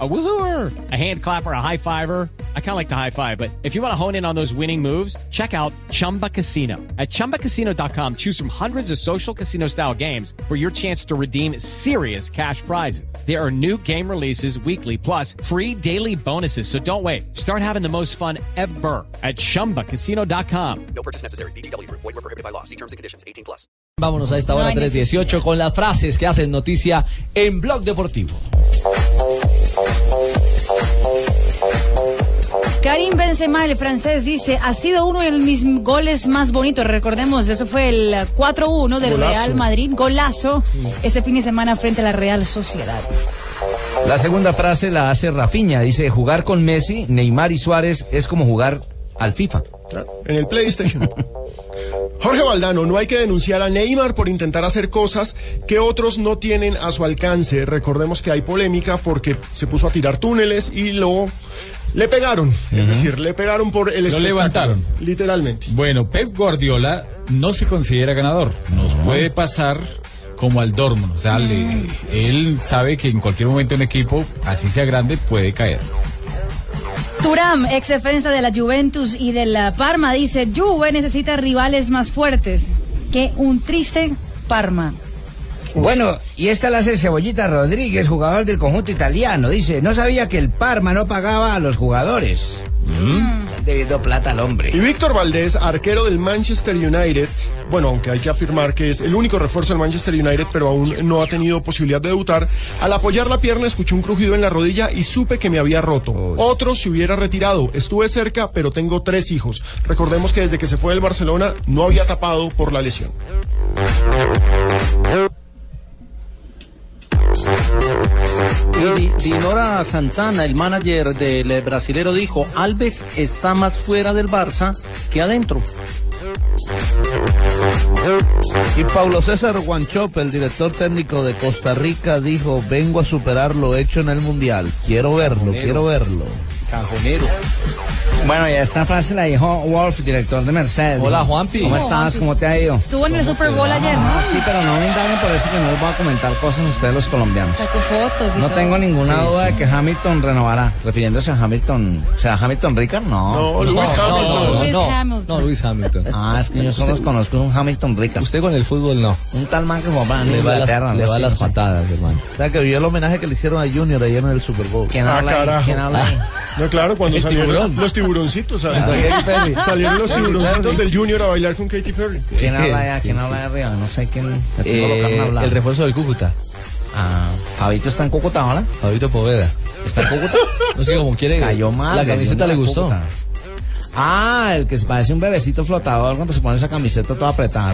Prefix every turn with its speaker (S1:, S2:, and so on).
S1: A woohooer, a hand clapper, a high fiver. I kind of like the high five, but if you want to hone in on those winning moves, check out Chumba Casino. At chumbacasino.com, choose from hundreds of social casino style games for your chance to redeem serious cash prizes. There are new game releases weekly, plus free daily bonuses. So don't wait. Start having the most fun ever at chumbacasino.com.
S2: No purchase necessary. BGW. Void were prohibited by law. See terms and conditions. 18 plus.
S3: Vámonos a esta hora 3.18 con las frases que hacen noticia en Blog Deportivo.
S4: Karim Benzema, el francés, dice, ha sido uno de mis goles más bonitos. Recordemos, eso fue el 4-1 del Real Madrid, golazo, este fin de semana frente a la Real Sociedad.
S5: La segunda frase la hace Rafiña. Dice, jugar con Messi, Neymar y Suárez es como jugar al FIFA.
S6: Claro, en el PlayStation. Jorge Valdano, no hay que denunciar a Neymar por intentar hacer cosas que otros no tienen a su alcance. Recordemos que hay polémica porque se puso a tirar túneles y lo le pegaron, es decir, le pegaron por el espectáculo,
S7: levantaron.
S6: literalmente.
S7: Bueno, Pep Guardiola no se considera ganador. Nos puede pasar como al Dortmund. O sea, le- él sabe que en cualquier momento un equipo, así sea grande, puede caer.
S4: Turam, ex defensa de la Juventus y de la Parma, dice, Juve necesita rivales más fuertes que un triste Parma.
S5: Bueno, y esta la hace Cebollita Rodríguez, jugador del conjunto italiano. Dice, no sabía que el Parma no pagaba a los jugadores.
S3: Mm.
S5: Están debiendo plata al
S6: Y
S5: hombre.
S6: Víctor Valdés, arquero del Manchester United, bueno, aunque hay que afirmar que es el único refuerzo del Manchester United, pero aún no ha tenido posibilidad de debutar, al apoyar la pierna escuché un crujido en la rodilla y supe que me había roto. Otro se hubiera retirado, estuve cerca, pero tengo tres hijos. Recordemos que desde que se fue del Barcelona no había tapado por la lesión.
S8: Y Di- Dinora Santana, el manager del eh, brasilero, dijo, Alves está más fuera del Barça que adentro.
S9: Y Pablo César Guanchope, el director técnico de Costa Rica, dijo, vengo a superar lo hecho en el Mundial. Quiero verlo, quiero verlo.
S8: Cajonero.
S5: Bueno, y esta frase la dijo Wolf, director de Mercedes.
S3: Hola, Juanpi.
S5: ¿Cómo estás? ¿Cómo te ha ido?
S4: Pues, Estuvo en el Super Bowl ayer, ¿no?
S5: Ah, sí, pero no me indaguen por eso que no les voy a comentar cosas a ustedes los colombianos.
S4: Sacó fotos y
S5: No
S4: todo.
S5: tengo ninguna duda de que Hamilton renovará. Refiriéndose a Hamilton, ¿será Hamilton Ricard?
S6: No, Luis
S3: no,
S6: Hamilton.
S3: no,
S4: Lewis
S3: no,
S4: Hamilton.
S3: no, Luis Hamilton.
S5: Ah, es que yo solo conozco un Hamilton Rica.
S9: Pues,
S3: Usted con el fútbol no.
S5: Un tal man que jugaba en
S3: Le va las,
S5: Inglaterra.
S3: le
S5: algo
S3: va
S5: así,
S3: las
S5: no sé.
S3: patadas, hermano.
S9: O sea, que vio el homenaje que le hicieron a Junior ayer en el Super Bowl.
S5: ¿Quién
S6: Ah,
S5: habla ahí?
S6: carajo.
S5: ¿Quién habla ahí?
S6: No, claro, cuando
S3: El
S6: salieron
S3: tiburón.
S6: los tiburoncitos, ¿sabes? salieron los tiburoncitos del Junior a bailar con Katy Perry.
S5: ¿Quién habla allá?
S3: Sí,
S5: ¿Quién
S3: sí.
S5: habla de arriba? No sé quién. Aquí
S3: Eh,
S5: colocaron a hablar.
S3: el refuerzo del Cúcuta,
S5: Ah, Fabito está en Cúcuta ahora.
S3: Fabito Poveda.
S5: Está en Cúcuta.
S3: No sé cómo quiere.
S5: Cayó mal.
S3: La
S5: le
S3: camiseta
S5: dio
S3: le
S5: una
S3: gustó.
S5: Cúcuta. Ah, el que se parece un bebecito flotador cuando se pone esa camiseta toda apretada.